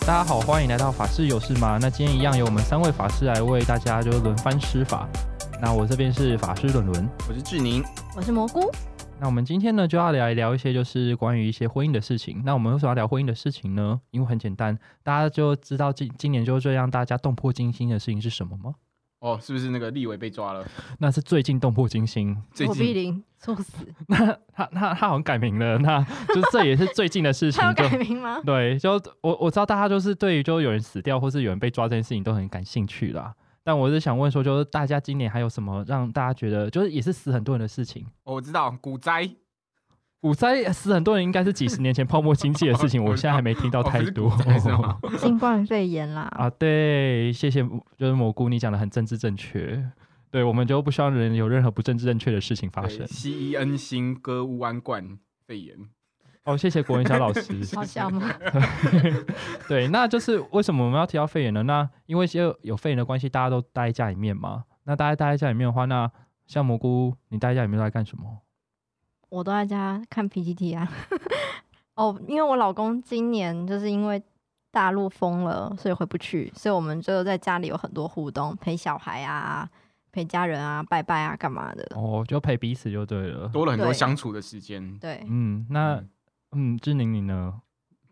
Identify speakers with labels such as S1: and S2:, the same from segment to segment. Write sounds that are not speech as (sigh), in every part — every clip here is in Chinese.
S1: 大家好，欢迎来到法师有事吗？那今天一样由我们三位法师来为大家就是轮番施法。那我这边是法师伦伦。
S2: 我是志宁，
S3: 我是蘑菇，
S1: 那我们今天呢就要来聊一些就是关于一些婚姻的事情。那我们为什么要聊婚姻的事情呢？因为很简单，大家就知道今今年就最让大家动魄惊心的事情是什么吗？
S2: 哦，是不是那个立委被抓了？
S1: (laughs) 那是最近动魄惊心，
S2: 最
S3: 我必
S2: 近
S3: 林，猝死，
S1: 那他他他好像改名了，那就是这也是最近的事情
S3: 他有
S1: 就。
S3: 改
S2: (laughs)
S3: 名吗？
S1: 对，就我我知道大家就是对于就有人死掉或是有人被抓这件事情都很感兴趣啦。但我是想问说，就是大家今年还有什么让大家觉得就是也是死很多人的事情？
S2: 哦我知道股灾
S1: 股灾死很多人应该是几十年前泡沫经济的事
S2: (laughs)
S1: 情，我现在还没听到
S2: 哦不
S1: 太
S2: 是
S1: 多
S2: 股灾是吗
S3: (laughs) 新冠肺炎啦，
S1: 啊。对，谢谢，就是蘑菇，你讲的很政治正确。对，我们就不希望人有任何不政治正确的事情发生
S2: 对。西伊恩新歌乌安冠肺炎，
S1: 哦，谢谢国文小老师。
S3: 好笑吗？
S1: 对，那就是为什么我们要提到肺炎呢？那因为就有肺炎的关系，大家都待在家里面嘛。那大家待在家里面的话，那像蘑菇，你待在家里面都在干什么？
S3: 我都在家看 PPT (laughs) 啊。哦，因为我老公今年就是因为大陆封了，所以回不去，所以我们就在家里有很多互动，陪小孩啊，陪家人啊，拜拜啊，干嘛的。
S1: 哦，就陪彼此就对了。
S2: 多了很多
S3: 对
S2: 相处的时间。
S3: 对，
S1: 嗯，那
S2: 嗯
S1: 嗯，志宁你呢？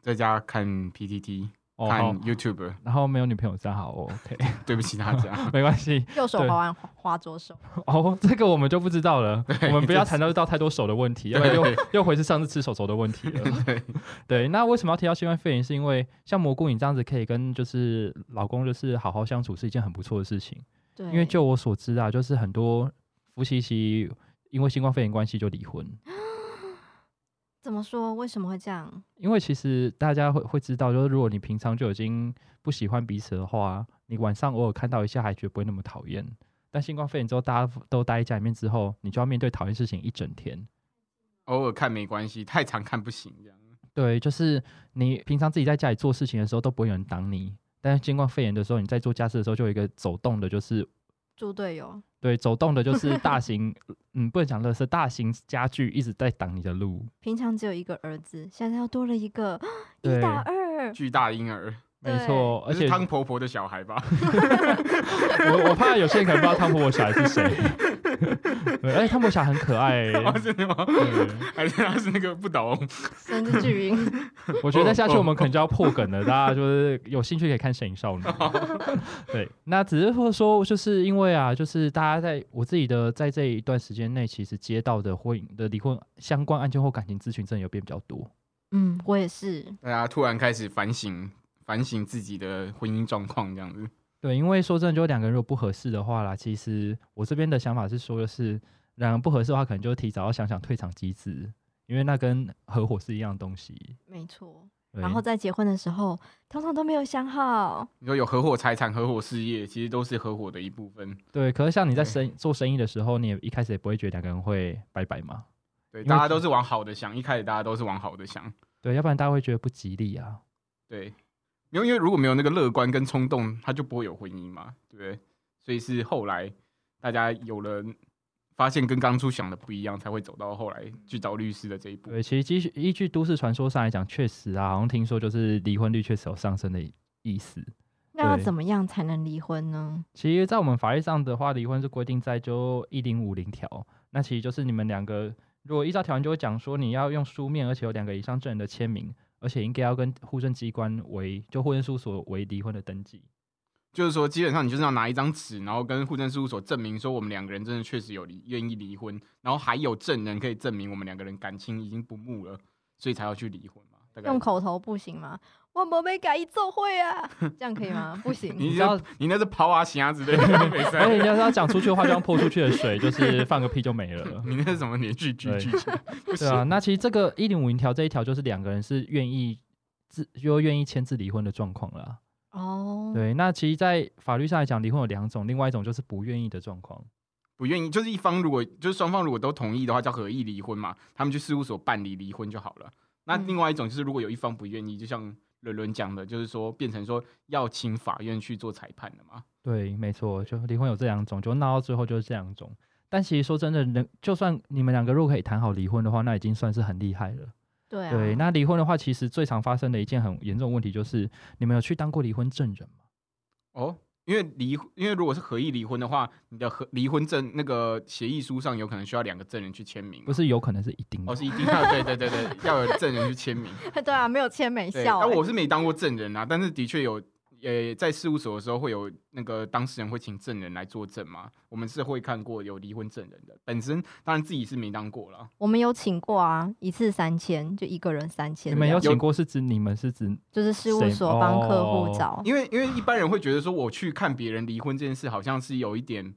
S2: 在家看 PTT，
S1: 哦，
S2: 看
S1: 好
S2: YouTube，
S1: 然后没有女朋友在，好哦，OK， (laughs)
S2: 对不起大家。
S1: 没关系。
S3: 右手
S1: 对
S3: 滑完滑左手，
S1: 哦，这个我们就不知道了，我们不要谈到到太多手的问题，要不然又
S2: 对
S1: 又回是上次吃手手的问题了。
S2: 对，
S1: (laughs) 对，那为什么要提到新冠肺炎？是因为像蘑菇你这样子可以跟就是老公就是好好相处，是一件很不错的事情。
S3: 对，
S1: 因为就我所知啊，就是很多夫妻其实因为新冠肺炎关系就离婚，
S3: 怎么说？为什么会这样？
S1: 因为其实大家会会知道，就是如果你平常就已经不喜欢彼此的话，你晚上偶尔看到一下还觉得不会那么讨厌。但新冠肺炎之后，大家都待在家里面之后，你就要面对讨厌事情一整天。
S2: 偶尔看没关系，太常看不行这样。
S1: 对，就是你平常自己在家里做事情的时候都不会有人挡你，但是新冠肺炎的时候，你在做家事的时候就有一个走动的，就是
S3: 猪队友，
S1: 对走动的，就是大型， (laughs) 嗯，不能讲乐色，大型家具一直在挡你的路。
S3: 平常只有一个儿子，现在又多了一个，
S1: 对
S3: 一打二，
S2: 巨大婴儿，
S1: 没
S3: 对
S1: 错，而
S2: 这是
S1: 且
S2: 汤婆婆的小孩吧？ (laughs)
S1: 我我怕有些人可能不知道汤婆婆小孩是谁。对，而且汤婆婆小孩很可爱、
S2: (laughs) 哦真的吗？
S1: 对，
S2: 还是他是那个不懂？
S3: 甚至巨婴。
S1: 我
S2: 哦
S1: 觉得下去我们可能就要破梗了，大家就是有兴趣可以看《摄影少女》。
S2: 哦
S1: (laughs) 对，那只是说说，就是因为啊，就是大家在我自己的在这一段时间内，其实接到的婚姻的离婚相关案件或感情咨询，真的有变比较多。
S3: 嗯，我也是。
S2: 大家突然开始反省，反省自己的婚姻状况这样子。
S1: 对，因为说真的，就两个人如果不合适的话啦，其实我这边的想法是说的是，两个人不合适的话，可能就提早要想想退场机制，因为那跟合伙是一样的东西。
S3: 没错。
S1: 对
S3: 然后在结婚的时候，通常都没有想好。
S2: 你说有合伙财产、合伙事业，其实都是合伙的一部分。
S1: 对，可是像你在
S2: 对
S1: 生做生意的时候，你也一开始也不会觉得两个人会拜拜嘛，
S2: 对，
S1: 因为
S2: 大家都是往好的想，一开始大家都是往好的想。
S1: 对，要不然大家会觉得不吉利啊。
S2: 对，因为因为如果没有那个乐观跟冲动，他就不会有婚姻嘛，对不对？所以是后来大家有了发现跟当初想的不一样，才会走到后来去找律师的这一步。
S1: 对，其实依依据都市传说上来讲，确实啊，好像听说就是离婚率确实有上升的意思。
S3: 那要
S1: 对
S3: 怎么样才能离婚呢？
S1: 其实，在我们法律上的话，离婚是规定在就一零五零条，那其实就是你们两个如果依照条文就会讲说，你要用书面，而且有两个以上证人的签名，而且应该要跟户政机关为就户政事务所为离婚的登记。
S2: 就是说，基本上你就是要拿一张纸，然后跟户政事务所证明说我们两个人真的确实有离愿意离婚，然后还有证人可以证明我们两个人感情已经不睦了，所以才要去离婚嘛。大概
S3: 用口头不行吗？我没被改一奏会啊， (laughs) 这样可以吗？不
S1: (laughs)
S2: 你
S3: 行。
S1: 知
S2: 知
S1: 道
S2: 道你那是抛啊虾之
S1: (laughs)
S2: 类的，没
S1: 而且
S2: 事。
S1: 你要是要讲出去的话，就像泼出去的水，就是放个屁就没了。
S2: (laughs) 你那是什么连续剧
S1: 对 (laughs)
S2: 剧情？
S1: 对
S2: 不行
S1: 啊，那其实这个一零五零条这一条就是两个人是愿意自就愿意签字离婚的状况啦。
S3: 哦，
S1: 对，那其实，在法律上来讲，离婚有两种，另外一种就是不愿意的状况。
S2: 不愿意，就是一方如果就是双方如果都同意的话，叫合意离婚嘛，他们去事务所办理离婚就好了。那
S3: 嗯
S2: 另外一种就是如果有一方不愿意，就像伦伦讲的，就是说变成说要请法院去做裁判的嘛。
S1: 对，没错，就离婚有这两种，就闹到最后就是这两种。但其实说真的，能就算你们两个如果可以谈好离婚的话，那已经算是很厉害了。
S3: 对啊，
S1: 对，那离婚的话，其实最常发生的一件很严重的问题就是，你们有去当过离婚证人吗？
S2: 哦，因为离，因为如果是合意离婚的话，你的合离婚证那个协议书上有可能需要两个证人去签名嘛，
S1: 不是，有可能是一定的
S2: 哦，是一定要对对对对，要有证人去签名。
S3: (laughs) 对啊，没有签没
S2: 对，
S3: 笑、
S2: 但
S3: 欸
S2: 我是没当过证人啊，但是的确有，呃，在事务所的时候会有那个当事人会请证人来作证嘛，我们是会看过有离婚证人的，本身当然自己是没当过啦。
S3: 我们有请过啊，一次三千，就一个人三千
S1: 你
S3: 这样，
S1: 们有
S2: 有
S1: 请过是指你们是指
S3: 就是事务
S1: 谁
S3: 所帮客
S1: 哦
S2: (laughs)
S3: 户找，
S2: 因为因为一般人会觉得说，我去看别人离婚这件事，好像是有一点，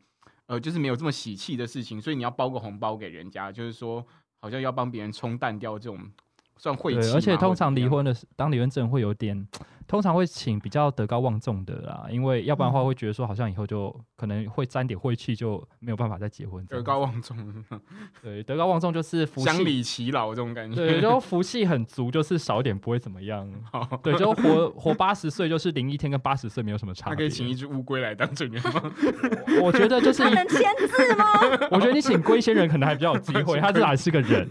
S2: 呃，就是没有这么喜气的事情，所以你要包个红包给人家，就是说好像要帮别人冲淡掉这种算晦气
S1: 对，
S2: 嘛。
S1: 而且通
S2: 或者怎
S1: 常
S2: 么
S1: 离
S2: 样
S1: 婚的时当离婚证会有点，通常会请比较德高望重的啦，因为要不
S3: 嗯
S1: 然的话会觉得说好像以后就可能会沾点晦气，就没有办法再结婚这
S2: 德
S1: 样子。
S2: 高望重，
S1: 对德高望重就是福
S2: 乡
S1: 气，
S2: 里耆老这种 (laughs) 感觉。
S1: 对，就福气很足，就是少一点不会怎么样。
S2: 好，
S1: (laughs) 对，就活活八十岁，就是零一天跟八十岁没有什么差
S2: 他
S1: 别。
S2: 可以请一哦只乌龟来当证人吗？
S1: 我我觉得就是
S3: 他能签字 (laughs) 吗？
S1: 我觉得你请龟仙人可能还比较有机
S2: (laughs)
S1: 会，他至少还是个人。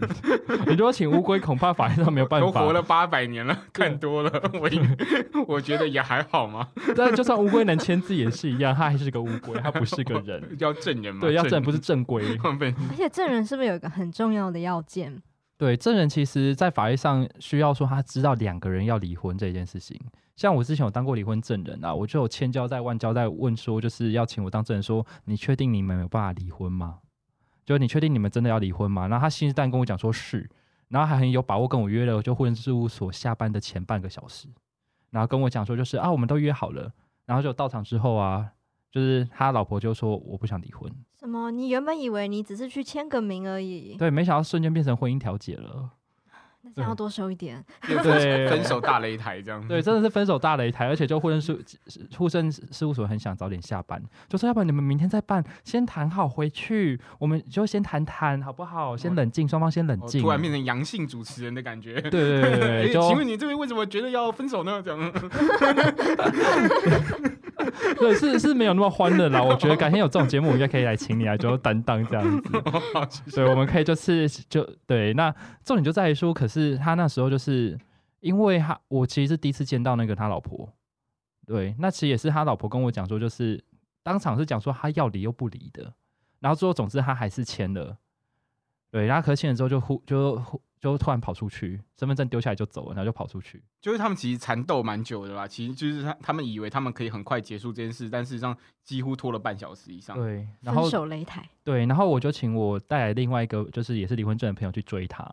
S1: 你如果请乌龟，恐怕法律上没有办
S2: 都
S1: 法
S2: 活。了八百年了，看多了，
S1: (laughs)
S2: 我也我觉得也还好嘛。
S1: 但就算乌龟能签字也是一样，它还是个乌龟，它不是个
S2: (laughs)
S1: 人。
S2: 要证人嘛？
S1: 对，要证
S2: 证
S1: 人不是正规。
S2: 人本
S3: 而且证人是不是有一个很重要的要件？
S1: 对，证人其实在法律上需要说他知道两个人要离婚这件事情。像我之前有当过离婚证人啊，我就有千交代万交代问说，就是要请我当证人说，你确定你们有办法离婚吗？就是你确定你们真的要离婚吗？然后他信誓旦旦跟我讲说是，然后还很有把握跟我约了，就婚姻事务所下班的前半个小时，然后跟我讲说就是啊，我们都约好了，然后就到场之后啊，就是他老婆就说我不想离婚，
S3: 什么？你原本以为你只是去签个名而已，
S1: 对，没想到瞬间变成婚姻调解了，
S3: 那这样要多收一点。
S1: 对，
S2: 分手大擂台这样。
S1: 对，真的是分手大擂台，而且就护生事护生事务所很想早点下班，就说要不然你们明天再办，先谈好回去，我们就先谈谈好不好？先冷静，双方先冷
S2: 哦
S1: 静。
S2: 突然变成阳性主持人的感觉。
S1: 对对对对
S2: (laughs) 哎
S1: 对，就
S2: 请问你这边为什么觉得要分手呢？这样 (laughs)
S1: 对是是没有那么欢乐啦。我觉得改天有这种节目，我应该可以来请你来就担当这样子。
S2: 好谢谢
S1: 对，我们可以就是就对，那重点就在于说，可是他那时候就是因为他，我其实是第一次见到那个他老婆，对，那其实也是他老婆跟我讲说，就是当场是讲说他要离又不离的，然后最后总之他还是签了，对，然后可是签了之后就忽就忽就突然跑出去，身份证丢下来就走了，然后就跑出去，
S2: 就是他们其实缠斗蛮久的啦，其实就是他他们以为他们可以很快结束这件事，但事实上几乎拖了半小时以上。
S1: 对，然后
S3: 分手擂台，
S1: 对，然后我就请我带来另外一个，就是也是离婚证的朋友去追他，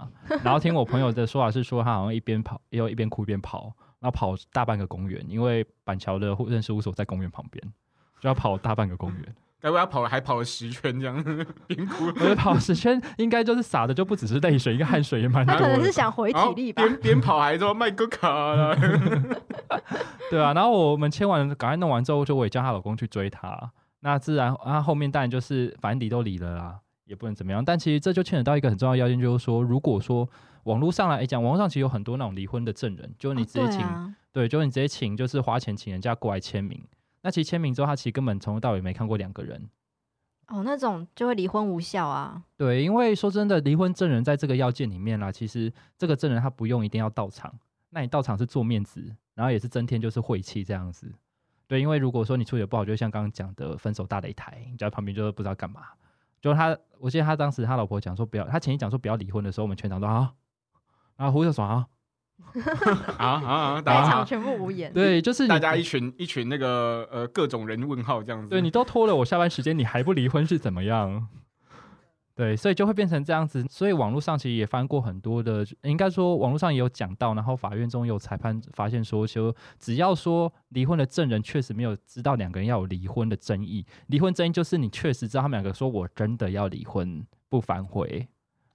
S1: 然后听我朋友的说法是说，他好像一边跑，又一边哭一边跑，然后跑大半个公园，因为板桥的户政事务所在公园旁边，就要跑大半个公园。
S2: 该不会他跑了还跑了十圈这样， (laughs) 边哭
S1: 我觉得跑十圈应该就是洒的就不只是泪水，应该汗水也蛮多
S3: 他可能
S1: 的
S3: 是，想回
S2: 然
S3: 体
S2: 后
S3: 力吧。
S2: 边边跑还说麦哥卡啦， (laughs)
S1: (laughs) 对啊。然后我们签完，赶快弄完之后，就我也叫她老公去追她，那自然啊后面当然就是反正离都离了啦。也不能怎么样，但其实这就牵扯到一个很重要的要件，就是说，如果说网络上来哎讲，网络上其实有很多那种离婚的证人，就是你直接
S3: 对
S1: 请
S3: 啊，
S1: 对，就是你直接请，就是花钱请人家过来签名。那其实签名之后，他其实根本从头到尾没看过两个人。
S3: 哦，那种就会离婚无效啊。
S1: 对，因为说真的，离婚证人在这个要件里面啦，其实这个证人他不用一定要到场，那你到场是做面子，然后也是增添就是晦气这样子。对，因为如果说你处理得不好，就像刚刚讲的分手大擂台，你在旁边就是不知道干嘛。就他，我记得他当时他老婆讲说不要，他前一讲说不要离婚的时候，我们全场都啊，然后胡秀爽啊，
S2: 啊啊啊！
S3: 开
S2: 大
S3: 场
S2: 家
S3: 全部无言。
S1: 对，就是你
S2: 大家一群一群那个呃各种人问号这样子。
S1: 对你都拖了我下班时间，你还不离婚是怎么样？对，所以就会变成这样子。所以网络上其实也翻过很多的，应该说网络上也有讲到，然后法院中有裁判发现说，就只要说离婚的证人确实没有知道两个人要有离婚的争议，离婚争议就是你确实知道他们两个说我真的要离婚，不反悔，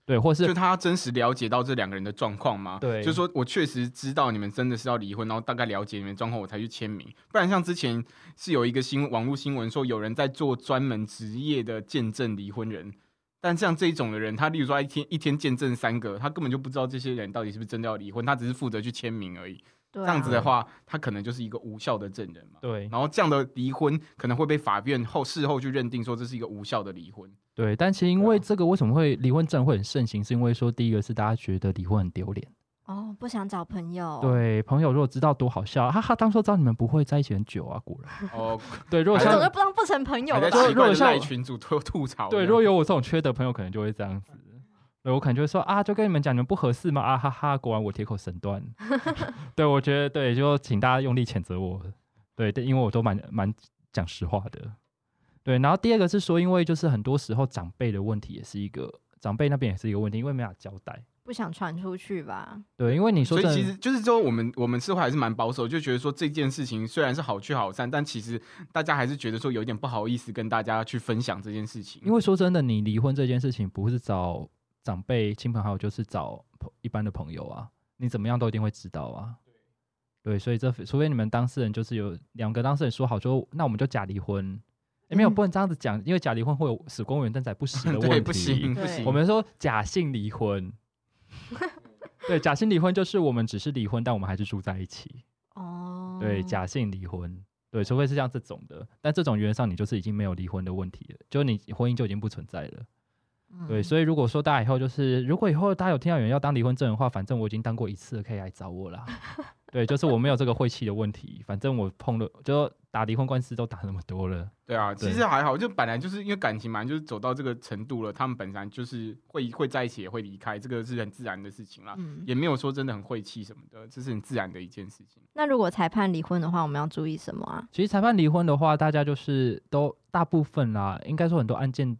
S1: 对，或
S2: 就是他真实了解到这两个人的状况吗？
S1: 对
S2: 就是说我确实知道你们真的是要离婚，然后大概了解你们的状况，我才去签名。不然像之前是有一个新闻网络新闻说，有人在做专门职业的见证离婚人，但像这一种的人，他例如说他一天一天见证三个，他根本就不知道这些人到底是不是真的要离婚，他只是负责去签名而已。
S3: 对
S2: 这
S3: 啊，
S2: 样子的话，他可能就是一个无效的证人嘛。
S1: 对
S2: 然后这样的离婚可能会被法院后事后去认定说这是一个无效的离
S3: (laughs)
S2: 婚。
S1: 对。但其实因为这个为什么会离婚证会很盛行，是因为说第一个是大家觉得离婚很丢脸。
S3: 哦，不想找朋友，，
S1: 对，朋友如果知道多好笑，哈哈，当初知道你们不会在一起很久啊，果然。
S2: 哦，
S1: 对，如果
S3: 我
S1: 像
S3: 早就不当不成朋友
S2: 还
S3: 了
S2: 在
S1: 如果
S2: 奇怪
S3: 吧。
S1: 如果
S2: 的
S1: 像
S2: 赖
S1: 我
S2: 群主吐吐槽这
S1: 对，
S2: 样，
S1: 如果有我这种缺德朋友，可能就会这样子。对我可能就会说啊，就跟你们讲，你们不合适吗？啊哈哈，果然我铁口神断。
S2: (laughs)
S1: 对，我觉得对，就请大家用力谴责我。对，对因为我都蛮蛮讲实话的。对，然后第二个是说，因为就是很多时候长辈的问题也是一个长辈那边也是一个问题，因为没法交代。
S3: 不想传出去吧？
S1: 对，因为你说
S2: 所以
S1: 真的，
S2: 其实就是说，我们我们社会还是蛮保守，就觉得说这件事情虽然是好聚好散，但其实大家还是觉得说有点不好意思跟大家去分享这件事情。
S1: 因为说真的，你离婚这件事情不是找长辈、亲朋好友，就是找朋一般的朋友啊，你怎么样都一定会知道啊。对，所以这除非你们当事人就是有两个当事人说好说，那我们就假离婚。诶，没有，
S3: 嗯
S1: 不能这样子讲，因为假离婚会有死公务员登载不
S2: (laughs)
S1: 实的问题。
S2: 对，不行不
S3: 对
S2: 行，
S1: 我们说假性离婚。
S2: (laughs)
S1: 对，假性离婚就是我们只是离婚，但我们还是住在一起。
S3: 哦，
S1: 对，假性离婚，对，除非是像这种的，但这种原则上你就是已经没有离婚的问题了，就是你婚姻就已经不存在了。
S3: 嗯
S1: 对，所以如果说大家以后就是，如果以后大家有听到有人要当离婚证的话，反正我已经当过一次了，可以来找我
S3: (laughs)
S1: 啦。对，就是我没有这个晦气的问题，反正我碰了就打离婚官司都打那么多了，
S2: 对啊，
S1: 对
S2: 其实还好，就本来就是因为感情嘛，就是走到这个程度了，他们本来就是会会在一起，也会离开，这个是很自然的事情啦，
S3: 嗯，
S2: 也没有说真的很晦气什么的，这是很自然的一件事情。
S3: 那如果裁判离婚的话，我们要注意什么啊？
S1: 其实裁判离婚的话，大家就是都大部分啦，应该说很多案件，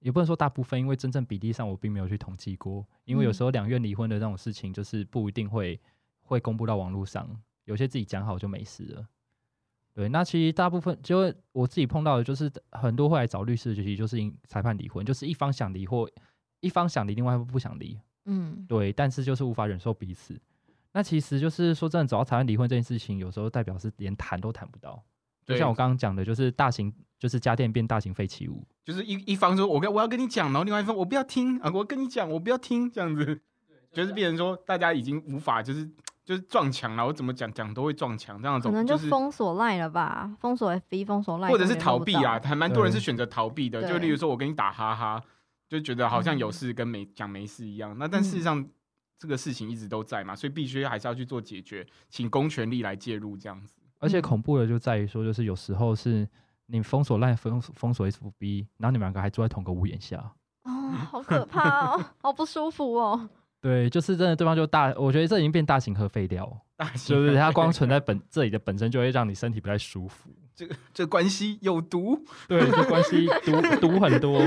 S1: 也不能说大部分，因为真正比例上我并没有去统计过，因为有
S3: 嗯
S1: 时候两院离婚的那种事情，就是不一定会会公布到网络上，有些自己讲好就没事了。对，那其实大部分就我自己碰到的，就是很多会来找律师，其实就是因裁判离婚，就是一方想离或一方想离，另外一方不想离，
S3: 嗯，
S1: 对，但是就是无法忍受彼此。那其实就是说真的，走到裁判离婚这件事情，有时候代表是连谈都谈不到。就
S2: 对
S1: 像我刚刚讲的，就是大型就是家电变大型废弃物。
S2: 就是一一方说我跟我要跟你讲，然后另外一方我不要听啊，我跟你讲我不要听，这样子，就是变成说大家已经无法就是就是撞墙了，我怎么讲讲都会撞墙这样子，
S3: 可能
S2: 就
S3: 就是封锁赖了吧，封锁 FB，封锁赖，
S2: 或者是逃避啊，
S3: 根本
S2: 还蛮多人
S1: 对
S2: 是选择逃避的。
S3: 对
S2: 就例如说，我跟你打哈哈，就觉得好像有
S3: 嗯
S2: 事跟没讲没事一样。那但事实上，这个事情一直都在嘛，所以必须还是要去做解决，请公权力来介入这样子。
S1: 而且
S3: 嗯
S1: 恐怖的就在于说，就是有时候是你封锁烂封封锁 FB，然后你们两个还住在同个屋檐下。
S3: 不知道哦，好可怕哦， (laughs) 好不舒服
S2: (laughs)
S3: 哦。
S1: 对，就是真的，对方就大，我觉得这已经变大型核废料，
S2: 大型
S1: 就是它光存在本这里的本身就会让你身体不太舒服。
S2: 这个这关系有毒，
S1: 对，这关系毒毒很多，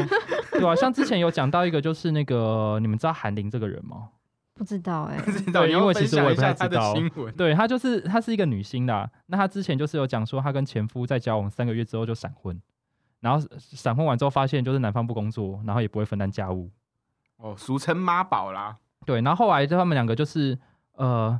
S1: 对啊？像之前有讲到一个，就是那个你们知道韩玲这个人吗？
S3: 不知道哎、
S2: 不知道
S1: 对
S2: 你要
S1: 因为
S2: 分
S1: 其实
S2: 享
S1: 我也
S2: 一
S1: 不
S2: 下
S1: 太
S2: 他
S1: 知
S2: 的
S1: 道
S2: 新闻。
S1: 对她就是她是一个女星啦。那她之前就是有讲说，她跟前夫在交往三个月之后就闪婚，然后闪婚完之后发现就是男方不工作，然后也不会分担家务。
S2: 哦，俗称妈宝啦，
S1: 对，然后后来他们两个就是呃，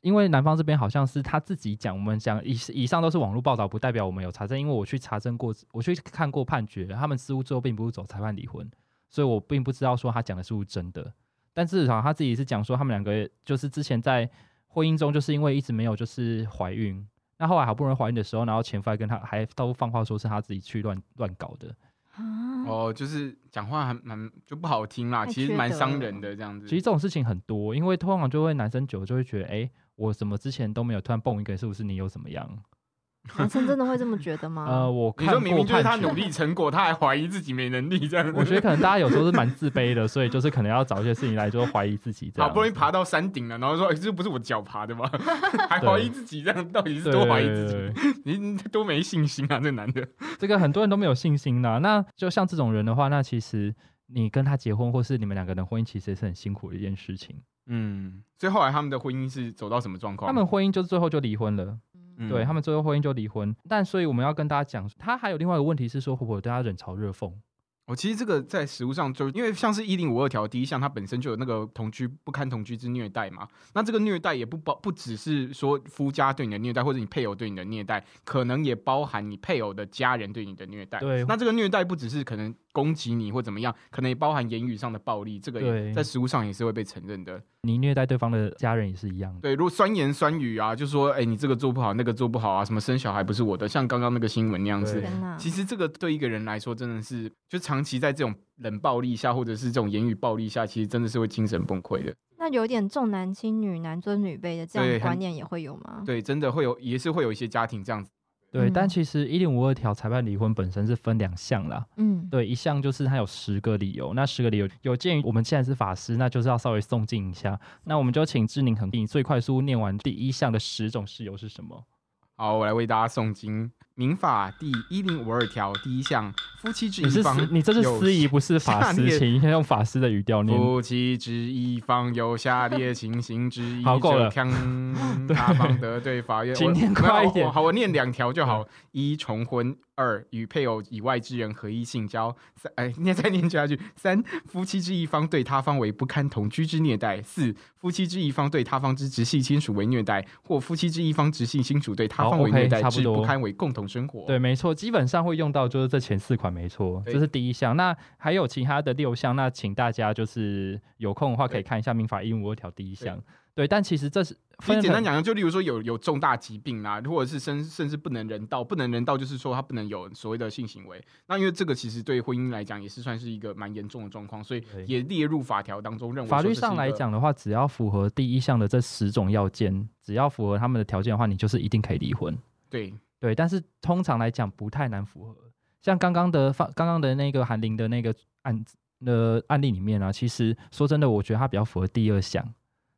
S1: 因为男方这边好像是他自己讲，我们讲以以上都是网络报道，不代表我们有查证，因为我去查证过，我去看过判决，他们似乎最后并不是走裁判离婚，所以我并不知道说他讲的是不是真的。但至少他自己是讲说，他们两个就是之前在婚姻中，就是因为一直没有就是怀孕，那后来好不容易怀孕的时候，然后前夫还跟他还都放话说是他自己去乱乱搞的，
S3: (laughs) 啊，
S2: 哦，就是讲话还蛮就不好听啦，
S3: 太
S2: 其实
S3: 缺
S2: 蛮
S3: 德
S2: 伤
S3: 了
S2: 人的这样子。
S1: 其实这种事情很多，因为通常就会男生久了就会觉得，哎、我怎么之前都没有突然蹦一个，是不是你有怎么样？
S3: 男生真的会这么觉
S2: (laughs)
S3: 得吗？
S1: 呃，我
S2: 你
S1: 看
S2: 说
S1: 过
S2: 明明就是他
S1: 判
S2: 努
S1: 决，
S2: 力成果，他还怀疑自己没能力这样子。
S1: 我觉得可能大家有时候是蛮自卑的，所以就是可能要找一些事情来就怀疑自己这
S2: (laughs) 好
S1: 样。
S2: 不容易爬到山顶了，然后说：“哎、这不是我脚爬的吗？” (laughs) 还怀疑自己，这样到底是
S1: 对
S2: 多怀疑自己？
S1: 对
S2: 你你多没信心啊！这男的，
S1: 这个很多人都没有信心啦。那就像这种人的话，那其实你跟他结婚，或是你们两个人婚姻，其实也是很辛苦的一件事情。
S2: 嗯，所以后来他们的婚姻是走到什么状况？
S1: 他们婚姻就是最后就离婚了，
S2: 嗯
S1: 对他们最后婚姻就离婚。但所以我们要跟大家讲，他还有另外一个问题是说，会不会对他冷嘲热讽？
S2: 哦，其实这个在实务上就因为像是一零五二条第一项，它本身就有那个同居不堪同居之虐待嘛。那这个虐待也不包不只是说夫家对你的虐待，或者你配偶对你的虐待，可能也包含你配偶的家人对你的虐待。
S1: 对
S2: 那这个虐待不只是可能攻击你或怎么样，可能也包含言语上的暴力，这个
S1: 对
S2: 也在实务上也是会被承认的。
S1: 你虐待对方的家人也是一样的。
S2: 对，如果酸言酸语啊，就说哎、你这个做不好，那个做不好啊，什么生小孩不是我的，像刚刚那个新闻那样子
S1: 对。
S3: 天哪，
S2: 其实这个对一个人来说，真的是就长期在这种冷暴力下，或者是这种言语暴力下，其实真的是会精神崩溃的。
S3: 那有点重男轻女、男尊女卑的这样
S2: 对
S3: 的
S2: 很
S3: 观念也会有吗？
S2: 对，真的会有，也是会有一些家庭这样子。
S1: 对，
S3: 嗯
S1: 但其实一零五二条裁判离婚本身是分两项啦，
S3: 嗯，
S1: 对，一项就是它有十个理由，那十个理由有鉴于我们现在是法师，那就是要稍微送进一下。那我们就请志宁恒定最快速念完第一项的十种事由是什么？
S2: 好，我来为大家诵经。民法第一零五二条第一项，夫妻之
S1: 你
S2: 一
S1: 是
S2: 方
S1: 司你这是
S2: 有
S1: 司仪，不是法
S2: 下列哦
S1: 师，请应该用法师的语调念。
S2: 夫妻之一方有下列情形之一
S1: 好够
S2: 者
S1: 了
S2: 锵他方得对法院。
S1: 请
S2: 我
S1: 念
S2: 没有
S1: 快一
S2: 我
S1: 点
S2: 我好，我念两条就好。一重婚，二与配偶以外之人合一性交，三哎，念再念下去。三夫妻之一方对他方为不堪同居之虐待。四夫妻之一方对他方之直系亲属为虐待，或夫妻之一方直系亲属对他
S1: 好
S2: 方为
S1: ，OK，
S2: 虐待
S1: 差不
S2: 之不
S1: 多
S2: 堪为共同生活。
S1: 对，没错，基本上会用到就是这前四款，没错，
S2: 对
S1: 这是第一项。那还有其他的六项，那请大家就是有空的话可以看一下《民法一五二条》第一项。对，但其实这是
S2: 所以
S1: 分
S2: 简单
S1: 很
S2: 讲，就例如说有有重大疾病啊，或者是甚甚至不能人道，不能人道就是说他不能有所谓的性行为。那因为这个其实对婚姻来讲也是算是一个蛮严重的状况，所以
S1: 对
S2: 也列入法条当中，认为
S1: 法
S2: 说
S1: 律
S2: 这是
S1: 上
S2: 一
S1: 来
S2: 个，
S1: 讲的话，只要符合第一项的这十种要件，只要符合他们的条件的话，你就是一定可以离婚。
S2: 对
S1: 对，但是通常来讲不太难符合。像刚刚的放刚刚的那个韩玲的那个案子呃案例里面啊，其实说真的，我觉得它比较符合第二项。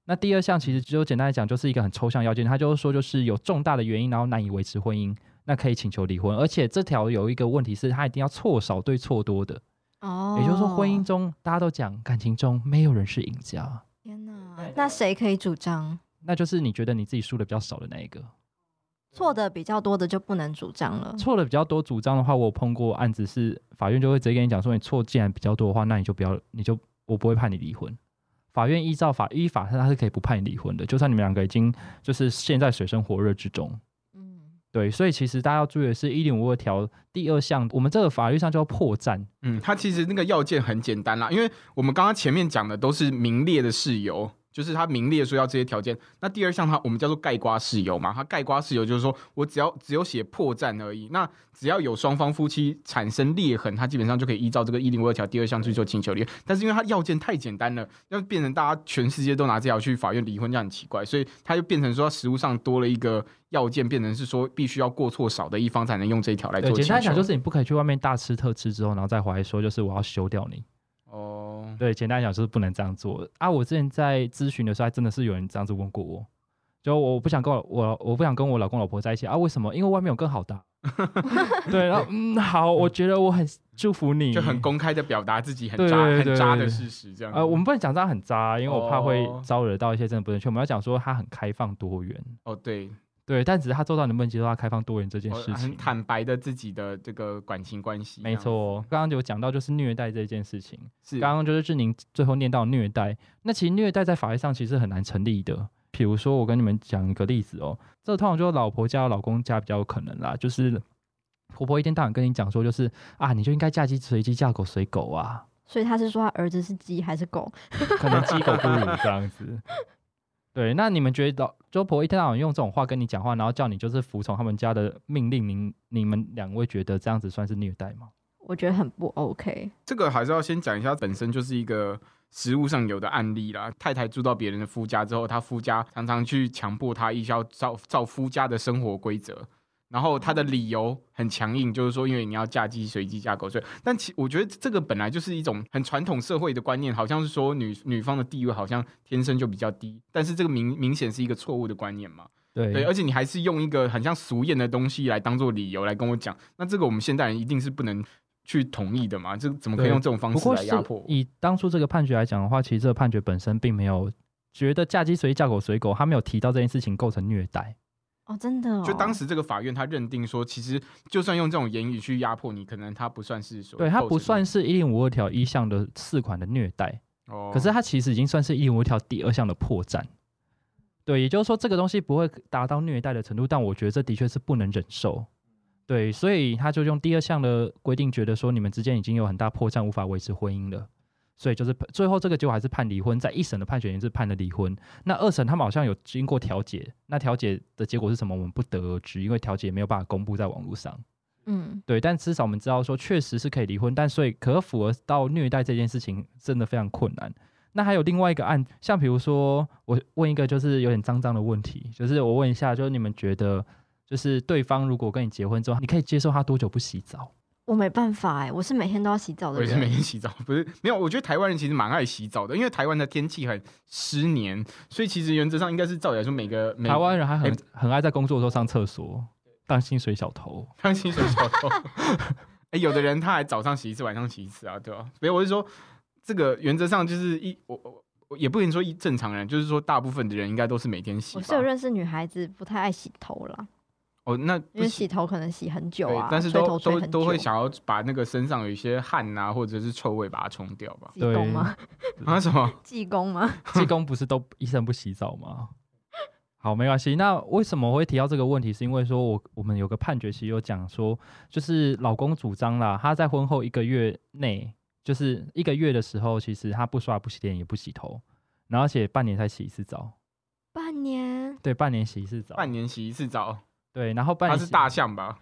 S1: 那第二项其实只有简单来讲，就是一个很抽象要件，它就是说就是有重大的原因，然后难以维持婚姻，那可以请求离婚。而且这条有一个问题是，它一定要错少对错多的，
S3: 哦，
S1: 也就是说婚姻，中大家都讲感情中没有人是赢家，
S3: 天哪，那谁可以主张
S1: 那就是你觉得你自己输的比较少的那一个。
S3: 错的比较多的就不能主张了？
S1: 错的比较多主张的话，我有碰过案子是法院就会直接跟你讲说，你错既然比较多的话，那你就不要，你就我不会判你离婚。法院依照法依法，他是可以不判你离婚的，就算你们两个已经就是现在水深火热之中。
S3: 嗯，
S1: 对，所以其实大家要注意的是，一零五二条第二项，我们这个法律上叫破绽，
S2: 嗯，它其实那个要件很简单啦，因为我们刚刚前面讲的都是明列的事由，就是它明列说要这些条件。那第二项它我们叫做盖瓜事由嘛，它盖瓜事由就是说我只要只有写破绽而已，那只要有双方夫妻产生裂痕，它基本上就可以依照这个一零五二条第二项去做请求离婚。但是因为它要件太简单了，要变成大家全世界都拿这条去法院离婚，这样很奇怪，所以它就变成说实务上多了一个要件，变成是说必须要过错少的一方才能用这一条来做
S1: 对，
S2: 请求。
S1: 简单来讲就是你不可以去外面大吃特吃之后，然后再回来说就是我要休掉你。
S2: 哦。
S1: 对，简单来讲就是不能这样做啊！我之前在咨询的时候，还真的是有人这样子问过我，就我不想跟我我我不想跟我老公老婆在一起啊？为什么？因为外面有更好的
S2: (laughs)
S1: 啊。对，然后嗯，好，我觉得我很祝福你，
S2: 就很公开的表达自己很
S1: 嗯对
S2: 渣、
S1: 对对
S2: 很渣
S1: 对对
S2: 的事实，这样。
S1: 呃，我们不能讲这样很渣，因为我怕会
S2: 哦
S1: 招惹到一些真的不正确。我们要讲说他很开放多元，
S2: 哦，对，
S1: 对，但只是他做到能不能接受他开放多元这件
S2: 我
S1: 事情
S2: 哦很。坦白的自己的这个感情关系，
S1: 没，错，哦刚刚有讲到就是虐待这件事情，
S2: 是
S1: 刚刚就是志宁最后念到虐待，那其实虐待在法律上其实很难成立的。比如说，我跟你们讲一个例子哦，这通常就是老婆家、老公家比较有可能啦，就是婆婆一天到晚跟你讲说，就是啊，你就应该嫁鸡随鸡，嫁狗随狗啊，
S3: 所以他是说他儿子是鸡还是狗？
S1: 可能鸡狗不如这样子。对，那你们觉得老周婆一天到晚用这种话跟你讲话，然后叫你就是服从他们家的命令，您你们两位觉得这样子算是虐待吗？
S3: 我觉得很不 OK。
S2: 这个还是要先讲一下，本身就是一个实物上有的案例啦。太太住到别人的夫家之后，她夫家常常去强迫她一要照照夫家的生活规则，然后她的理由很强硬，就是说因为你要嫁鸡随鸡嫁狗随。但其我觉得这个本来就是一种很传统社会的观念，好像是说女女方的地位好像天生就比较低，但是这个明明显是一个错误的观念嘛。
S1: 对
S2: 对，而且你还是用一个很像俗谚的东西来当做理由来跟我讲，那这个我们现代人一定是不能去同意的嘛？这怎么可以
S1: 对
S2: 用这种方
S1: 不
S2: 式
S1: 过
S2: 来
S1: 是
S2: 压迫我？
S1: 以当初这个判决来讲的话，其实这个判决本身并没有觉得嫁鸡随鸡嫁狗随狗，他没有提到这件事情构成虐待。
S3: 哦，真的、哦，
S2: 就当时这个法院他认定说，其实就算用这种言语去压迫你，可能他不算是所谓
S1: 对，它
S2: 构
S1: 不
S2: 成
S1: 算是一零五二条一项的四款的虐待，
S2: 哦，
S1: 可是它其实已经算是一零五条第二项的破绽。对，也就是说这个东西不会达到虐待的程度，但我觉得这的确是不能忍受。对，所以他就用第二项的规定，觉得说你们之间已经有很大破绽，无法维持婚姻了。所以就是最后这个结果还是判离婚，在一审的判决也是判了离婚。那二审他们好像有经过调解，那调解的结果是什么，我们不得而知，因为调解没有办法公布在网络上。
S3: 嗯，
S1: 对，但至少我们知道说确实是可以离婚，但所以可否符合到虐待这件事情真的非常困难。那还有另外一个案，像比如说我问一个就是有点脏脏的问题，就是我问一下，就是你们觉得，就是对方如果跟你结婚之后，你可以接受他多久不洗澡？
S3: 我没办法哎、我是每天都要洗澡的
S2: 我也是每
S3: 人。
S2: 天洗澡，不是没有。我觉得台湾人其实蛮爱洗澡的，因为台湾的天气很湿黏，所以其实原则上应该是照理来说每个每
S1: 台湾人还很、
S2: 哎
S1: 很爱在工作的时候上厕所，当薪水小偷。
S2: 当薪水小偷。 (laughs) 哎、有的人他还早上洗一次，晚上洗一次啊，对吧、所以我是说，这个原则上就是一我我我也不能说一正常人，就是说大部分的人应该都是每天洗
S3: 我
S2: 吧。
S3: 是有认识女孩子不太爱洗头啦，
S2: 哦，那不
S3: 因为
S2: 行
S3: 洗头可能洗很久
S2: 对
S3: 啊，，
S2: 但是
S3: 吹
S2: 都
S3: 头吹
S2: 都
S3: 很久
S2: 都会想要把那个身上有一些汗啊，或者是臭味把它冲掉吧。
S3: 济公吗？
S2: (laughs) 啊什么？
S3: 济公吗？ (laughs)
S1: (laughs) 济公不是都医生不洗澡吗？ (laughs) 好，没关系。那为什么我会提到这个问题？是因为说我我们有个判决，其实有讲说，就是老公主张啦，他在婚后一个月内，就是一个月的时候，其实他不刷、不洗脸、也不洗头，然后而且半年才洗一次澡。
S3: 半年
S1: 对，半年洗一次澡。
S2: 半年洗一次澡，
S1: 对，然后半
S2: 它
S1: 年
S2: 是
S1: 洗
S2: 大，象吧？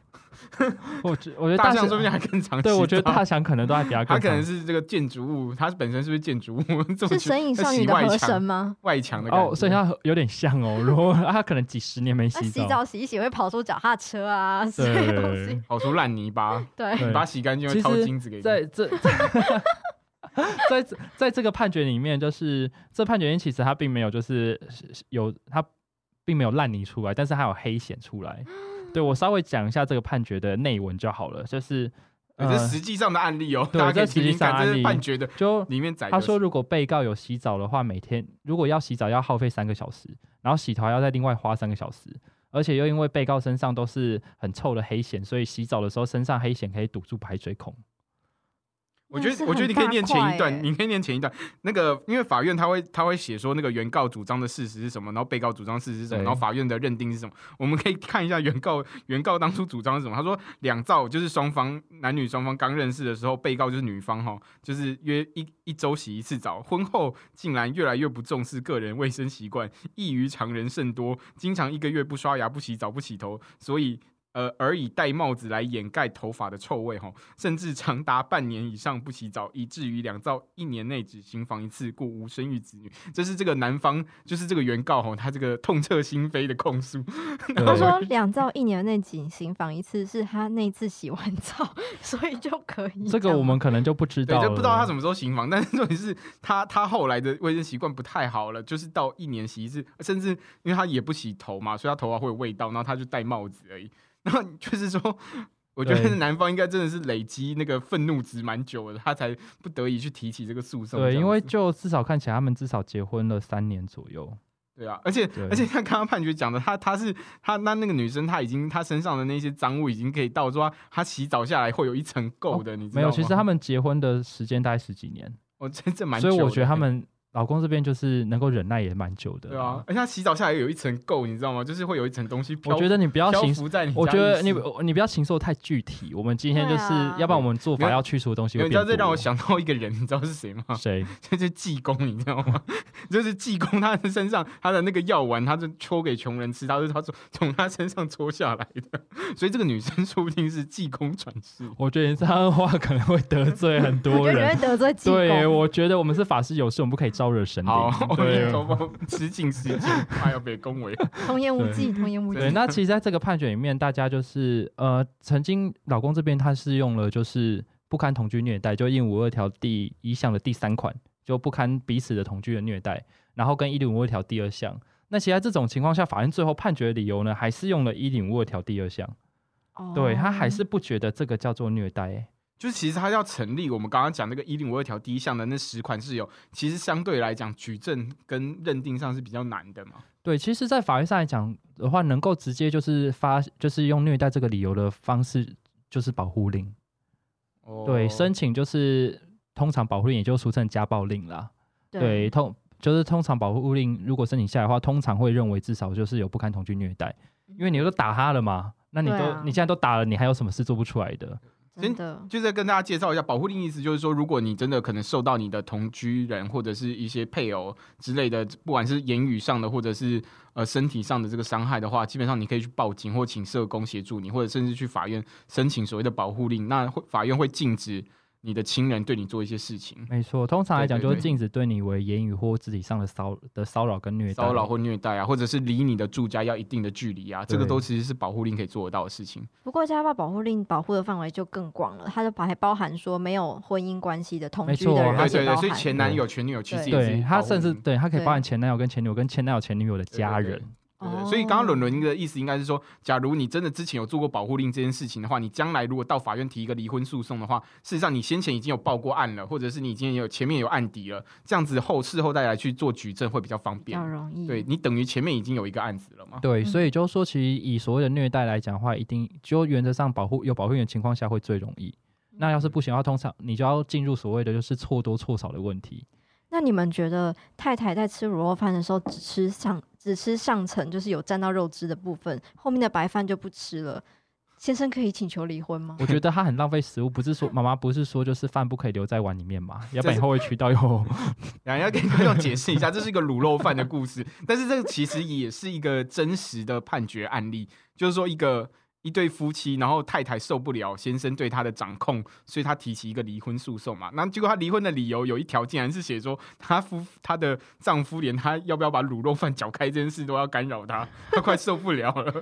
S1: 我觉我觉得
S2: 大
S1: 象
S2: 象说不定还更
S1: (laughs)
S2: 长。
S1: 对，我觉得大象可能都还比较
S2: 它
S1: 更
S2: 可能
S1: 长。
S2: 是这个建筑物，它本身是不是建筑物？ (laughs) 这么
S3: 是
S2: 去
S3: 神隐
S2: 它
S3: 少女
S2: 洗
S3: 的
S2: 外
S3: 河
S2: 墙
S3: 神吗？
S2: 外墙的感觉
S1: 哦，所以他有点像哦。如果 (laughs) 他可能几十年没
S3: 那
S1: 洗
S3: 洗澡洗一洗会跑出脚踏车啊，这些东
S1: 对
S3: 西。，
S2: 跑出烂泥巴，
S3: 对，
S1: 对
S2: 你把它洗干净会
S1: 其
S2: 掏
S1: 实
S2: 金子给你。
S1: 在这。在这在这个判决里面，就是这判决里面其实它并没有就是有它并没有烂泥出来，但是它有黑显出来。对我稍微讲一下这个判决的内文就好了，就是呃
S2: 对哎这是实际上的案例哦，
S1: 对
S2: 大家可
S1: 这
S2: 以
S1: 实
S2: 听
S1: 际
S2: 听看，
S1: 上
S2: 这
S1: 案
S2: 是
S1: 例
S2: 判决的
S1: 就
S2: 里面载的。
S1: 他说，如果被告有洗澡的话，每天如果要洗澡要耗费三个小时，然后洗头还要再另外花三个小时，而且又因为被告身上都是很臭的黑藓，所以洗澡的时候身上黑藓可以堵住排水孔。
S2: 我觉
S3: 那是
S2: 得，我觉得你
S3: 很
S2: 可以
S3: 大
S2: 念前
S3: 块
S2: 一
S3: 欸
S2: 段，你可以念前一段。那个，因为法院他会他会写说那个原告主张的事实是什么，然后被告主张事实是什么，
S1: 对
S2: 然后法院的认定是什么。我们可以看一下原告原告当初主张是什么。他说两造就是双方男女双方刚认识的时候，被告就是女方哈，就是约一一周洗一次澡，婚后竟然越来越不重视个人卫生习惯，异于常人甚多，经常一个月不刷牙、不洗澡、不洗头，所以呃，而以戴帽子来掩盖头发的臭味，吼，甚至长达半年以上不洗澡，以至于两造一年内只行房一次，故无生育子女。这是这个男方，就是这个原告吼，他这个痛彻心扉的控诉。
S3: (laughs) 他
S1: 对
S3: 说两兆一年内仅行房一次，是他那一次洗完澡，所以就可以。
S1: 这个我们可能就不知
S2: 对，
S1: 道了，
S2: 就不知道他什么时候行房， (laughs) 但是重点是他他后来的卫生习惯不太好了，就是到一年洗一次，甚至因为他也不洗头嘛，所以他头发会有味道，然后他就戴帽子而已。 (laughs) 然后就是说，我觉得
S1: 对
S2: 男方应该真的是累积那个愤怒值蛮久的，他才不得已去提起这个诉讼这
S1: 对，
S2: 样子。
S1: 因为就至少看起来他们至少结婚了三年左右。
S2: 对啊，而且
S1: 对
S2: 而且像刚刚判决讲的，他他是他那那个女生，她已经她身上的那些脏物已经可以到说她她洗澡下来会有一层垢的，你知
S1: 哦
S2: 道
S1: 没
S2: 吗？
S1: 有，其实他们结婚的时间大概十几年，
S2: 我真这蛮久
S1: 所
S2: 的，哎欸
S1: 以我觉得他们老公这边就是能够忍耐也蛮久的。
S2: 对啊，，而且她洗澡下来有一层垢，你知道吗？就是会有一层东西漂
S1: 我觉得你不要
S2: 漂
S1: 行
S2: 浮在你家浴
S1: 我
S2: 室，
S1: 觉得你你不要禽兽太具体，我们今天就是，
S3: 对啊
S1: 要不然我们做法要去除的东西
S2: 因为
S1: 会
S2: 你
S1: 变
S2: 知道这让我
S1: 多
S2: 想啊到一个人，你知道是谁吗？ (laughs)
S1: 谁？ (laughs)
S2: 就是济公，你知道吗？ (laughs) 就是济公，他的身上他的那个药丸，他是搓给穷人吃，他是他从从他身上搓下来的，所以这个女生说不定是济公转世。
S1: 我觉得你这样的话可能会得罪很
S3: 我
S1: 多
S3: 觉得
S1: 人
S3: 你。会得罪济
S1: 对，
S3: 公。
S1: 我觉得我们是法师有事，我们不可以招惹神灵
S2: 好，我。们
S1: 对啊
S2: 头发失敬失敬，哎呀，被恭维。
S3: 童言无忌，童言无忌
S1: 对，。那其实在这个判决里面，大家就是呃，曾经老公这边他是用了就是不堪同居虐待，就一零五二条第一项的第三款，就不堪彼此的同居的虐待，然后跟一零五二条第二项。那其实在这种情况下，法院最后判决的理由呢，还是用了一零五二条第二项。
S3: 哦
S1: 对他还是不觉得这个叫做虐待、欸，
S2: 就是其实他要成立我们刚刚讲那个一零五二条第一项的那十款是有，其实相对来讲举证跟认定上是比较难的嘛。
S1: 对，其实，在法律上来讲的话，能够直接就是发，就是用虐待这个理由的方式，就是保护令。
S2: 哦
S1: 对，申请就是通常保护令，也就俗称家暴令啦。对，
S3: 对，
S1: 通就是通常保护令如果申请下来的话，通常会认为至少就是有不堪同居虐待，因为你都打他了嘛，那你都、
S3: 嗯对啊
S1: 你现在都打了，你还有什么事做不出来的？
S3: 真的
S2: 就再跟大家介绍一下，保护令意思就是说，如果你真的可能受到你的同居人或者是一些配偶之类的，不管是言语上的或者是呃身体上的这个伤害的话，基本上你可以去报警或请社工协助你，或者甚至去法院申请所谓的保护令。那会法院会禁止你的亲人对你做一些事情，
S1: 没错，通常来讲
S2: 对对
S1: 就是
S2: 对
S1: 禁止对你为言语或肢体上的骚的骚扰跟虐待。
S2: 骚扰或虐待啊，或者是离你的住家要一定的距离啊，这个
S1: 对
S2: 都其实是保护令可以做得到的事情。
S3: 不过家暴保护令保护的范围就更广了，它就把还包含说没有婚姻关系的同
S1: 没
S3: 居
S1: 错
S3: 的
S1: 对
S3: 人
S2: 对
S3: 也
S2: 对
S3: 包
S2: 对，
S3: 含
S2: 所以前男友、前女友其实也
S3: 对
S1: 对
S2: 是
S1: 他
S2: 保护
S1: 甚至
S2: 令
S1: 对他可以包含
S3: 对
S1: 前男友跟前女友跟前男友前女友的家人。
S2: 对对
S3: 哦
S2: 所以刚刚伦伦的意思应该是说，假如你真的之前有做过保护令这件事情的话，你将来如果到法院提一个离婚诉讼的话，事实上你先前已经有报过案了，或者是你已经有前面有案底了，这样子后事后再来去做举证会比较方
S3: 比
S2: 便
S3: 较。容易。
S2: 对你等于前面已经有一个案子了嘛？
S1: 对，所
S3: 嗯
S1: 以就是说，其实以所谓的虐待来讲的话，一定就原则上保护有保护员的情况下会最容易。那要是不行的话，通常你就要进入所谓的就是错多错少的问题。
S3: 那你们觉得太太在吃卤肉饭的时候只吃上只吃上层，就是有沾到肉汁的部分，后面的白饭就不吃了？先生可以请求离婚吗？ (laughs)
S1: 我觉得他很浪费食物，不是说妈妈不是说就是饭不可以留在碗里面嘛，要不
S2: 这
S1: 然
S2: 是
S1: 你后会 (laughs) 渠道有。
S2: 然后要跟观众解释一下，这是一个卤肉饭的故事， (laughs) 但是这个其实也是一个真实的判决案例，就是说一个一对夫妻，然后太太受不了先生对她的掌控，所以她提起一个离婚诉讼嘛。那结果她离婚的理由有一条竟然是写说，她夫她的丈夫连她要不要把卤肉饭搅开这件事都要干扰她，她快受不了了。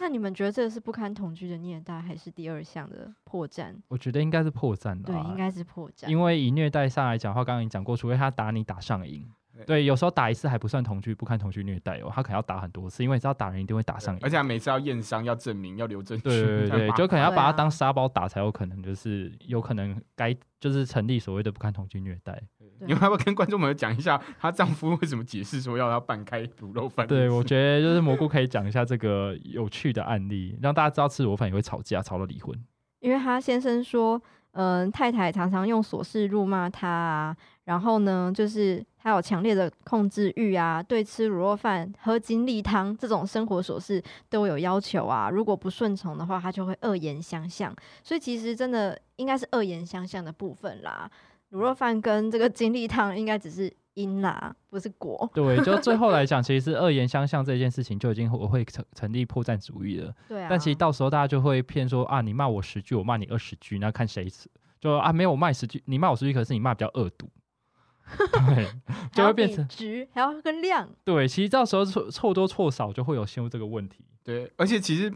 S3: 那你们觉得这个是不堪同居的虐待，还是第二项的破绽？
S1: 我觉得应该是破绽的、
S3: 对，应。该是破绽。
S1: 因为以虐待上来讲的话，刚刚已经讲过，除非他打你打上瘾，
S2: 对
S1: 对，有时候打一次还不算同居，不看同居虐待哦，他可能要打很多次，因为你知道打人一定会打上瘾，
S2: 而且她每次要验伤、要证明、要留证据，
S1: 对对
S2: 这样
S1: 对，
S2: 麻
S1: 就可能要把它
S3: 对啊
S1: 当沙包打，才有可能就是有可能该就是成立所谓的不堪同居虐待。
S2: 你们要不要跟观众朋友讲一下，她丈夫为什么解释说要她半开卤肉饭？
S1: 对，我觉得就是蘑菇可以讲一下这个有趣的案例，让大家知道吃螺粉也会吵架，吵到离婚。
S3: 因为他先生说，嗯、太太常常用琐事辱骂他啊，然后呢，就是他有强烈的控制欲啊，对吃卤肉饭、喝精力汤这种生活琐事都有要求啊，如果不顺从的话，他就会恶言相向，所以其实真的应该是恶言相向的部分啦。卤肉饭跟这个精力汤应该只是因啦，不是果。
S1: 对，就最后来讲，其实是恶言相向这件事情就已经我会成成立破绽主义了。
S3: 对啊，
S1: 但其实到时候大家就会骗说啊，你骂我十句，我骂你二十句，那看谁死就啊没有我骂你十句，你骂我十句，可是你骂比较恶毒， (laughs) 对，就会变成
S3: 值，还要跟量。
S1: 对。其实到时候错错多错少就会有陷入这个问题。
S2: 对，而且其实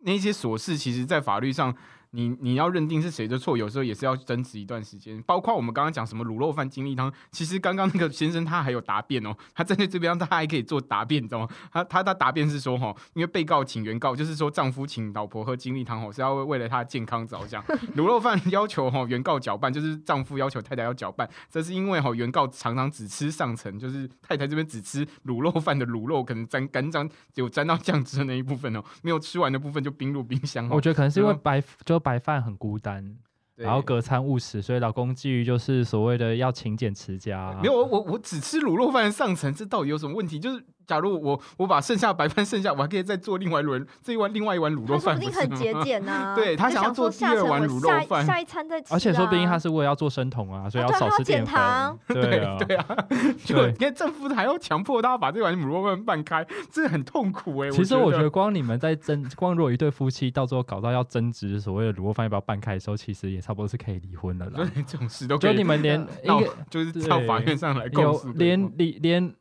S2: 那些琐事，其实在法律上，你你要认定是谁的错，有时候也是要争执一段时间。包括我们刚刚讲什么卤肉饭、精力汤，其实刚刚那个先生他还有答辩哦，他站在这边，他还可以做答辩，你知道吗？他他他答辩是说哈，因为被告请原告，就是说丈夫请老婆喝精力汤哦，是要为了他的健康着想。卤肉饭要求哈原告搅拌，就是丈夫要求太太要搅拌，这是因为哈原告常常只吃上层，就是太太这边只吃卤肉饭的卤肉，可能沾干沾有沾到酱汁的那一部分哦，没有吃完的部分就冰入冰箱哦
S1: 我。觉得可能是因为
S2: 对
S1: 白就白饭很孤单，
S2: 对
S1: 然后隔餐勿食，所以老公基于就是所谓的要勤俭持家。啊
S2: 没有，我我我只吃卤肉饭的上层，这到底有什么问题？就是假如我我把剩下的白饭剩下，我还可以再做另外一轮这一碗另外一碗卤
S3: 他
S2: 肉
S3: 说
S2: 饭，
S3: 不定
S2: 是
S3: 很
S2: 吗 (laughs)
S3: 节俭呐、
S2: 对他
S3: 就
S2: 想
S3: 想
S2: 要做
S3: 说下
S2: 第二
S3: 层
S2: 碗
S3: 我
S2: 卤
S3: 下
S2: 肉
S3: 一
S2: 饭
S3: 下一餐再吃、啊。
S1: 而且说不定他是为了要做生酮啊，所以
S3: 啊
S1: 要
S3: 对
S1: 少
S3: 他要
S1: 吃淀
S3: 减
S1: 粉
S3: 糖。
S1: 对啊，
S2: (laughs)
S1: (laughs)
S2: 对啊，就
S1: 对
S2: 你看政府还要强迫他把这碗卤肉饭拌开，这很痛苦哎、
S1: 其实我
S2: 我
S1: 觉得，光你们在争，光如果一对夫妻到最后搞到要争执所谓的卤肉饭要不要拌开的时候，其实也差不多是可以离婚了
S2: (laughs) 就
S1: 啦。
S2: 连这种事都可
S1: 就
S2: 以
S1: 你们连一
S2: 闹
S1: 个
S2: 就是到法院上来告
S1: 有
S2: 诉对
S1: 连
S2: 方，
S1: 离连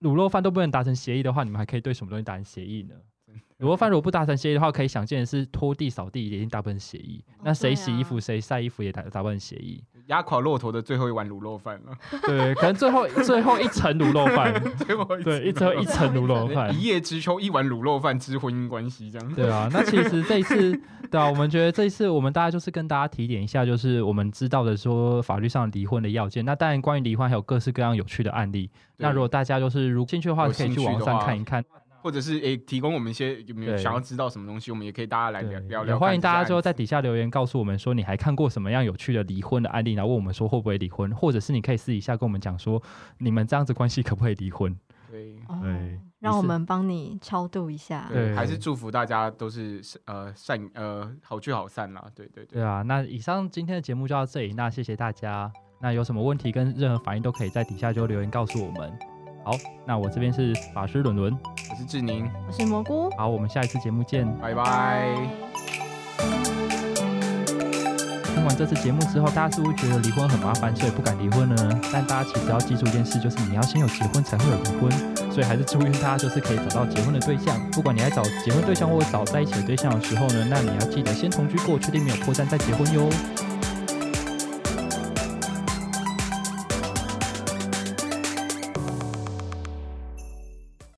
S1: 卤肉饭都不能达成协议的话，你们还可以对什么东西达成协议呢？卤肉饭如果不达成协议的话，可以想见的是拖地、扫地也已经达不成协议。那谁洗衣服、谁晒衣服也达达不成协议。
S2: 压垮骆驼的最后一碗卤肉饭了，
S1: 对，可能最后最后一层卤肉
S2: (laughs)
S1: 饭，
S2: 最后一
S1: 对，一
S2: 次
S1: 层一层卤肉饭
S2: 一。夜之秋，一碗卤肉饭之婚姻关系这样。
S1: 对啊，那其实这一次，对啊，我们觉得这一次我们大家就是跟大家提点一下，就是我们知道的说法律上离婚的要件。那当然，关于离婚还有各式各样有趣的案例。那
S2: 对
S1: 如果大家就是如兴趣的话，
S2: 有
S1: 可以
S2: 兴
S1: 去
S2: 趣
S1: 网
S2: 的
S1: 上
S2: 话
S1: 看一看。
S2: 或者是诶、提供我们一些有没有
S1: 对
S2: 想要知道什么东西，我们也可以大家来聊
S1: 对
S2: 聊
S1: 也
S2: 聊看这些案子。
S1: 欢迎大家就在底下留言告诉我们说，你还看过什么样有趣的离婚的案例，然后问我们说会不会离婚，或者是你可以私底下跟我们讲说，你们这样子关系可不可以离婚？
S2: 对
S3: 哦
S1: 对
S3: 让
S1: 你
S3: 我
S1: 是
S3: 们帮你超度一下。
S1: 对
S2: 对，还是祝福大家都是呃善呃好聚好散啦。对对对
S1: 对啊，那以上今天的节目就到这里，那谢谢大家。那有什么问题跟任何反应都可以在底下就留言告诉我们。好，那我这边是法师伦伦，
S2: 我是志宁，
S3: 我是蘑菇，
S1: 好，我们下一次节目见。
S2: 拜拜。
S3: 拜
S1: 完这次节目之后，大家是不是觉得离婚很麻烦，所以不敢离婚了呢？但大家其实要记住一件事，就是你要先有结婚才会有离婚，所以还是祝愿大家就是可以找到结婚的对象。不管你在找结婚对象或者找在一起的对象的时候呢，那你要记得先同居过，确定没有破绽再结婚哟。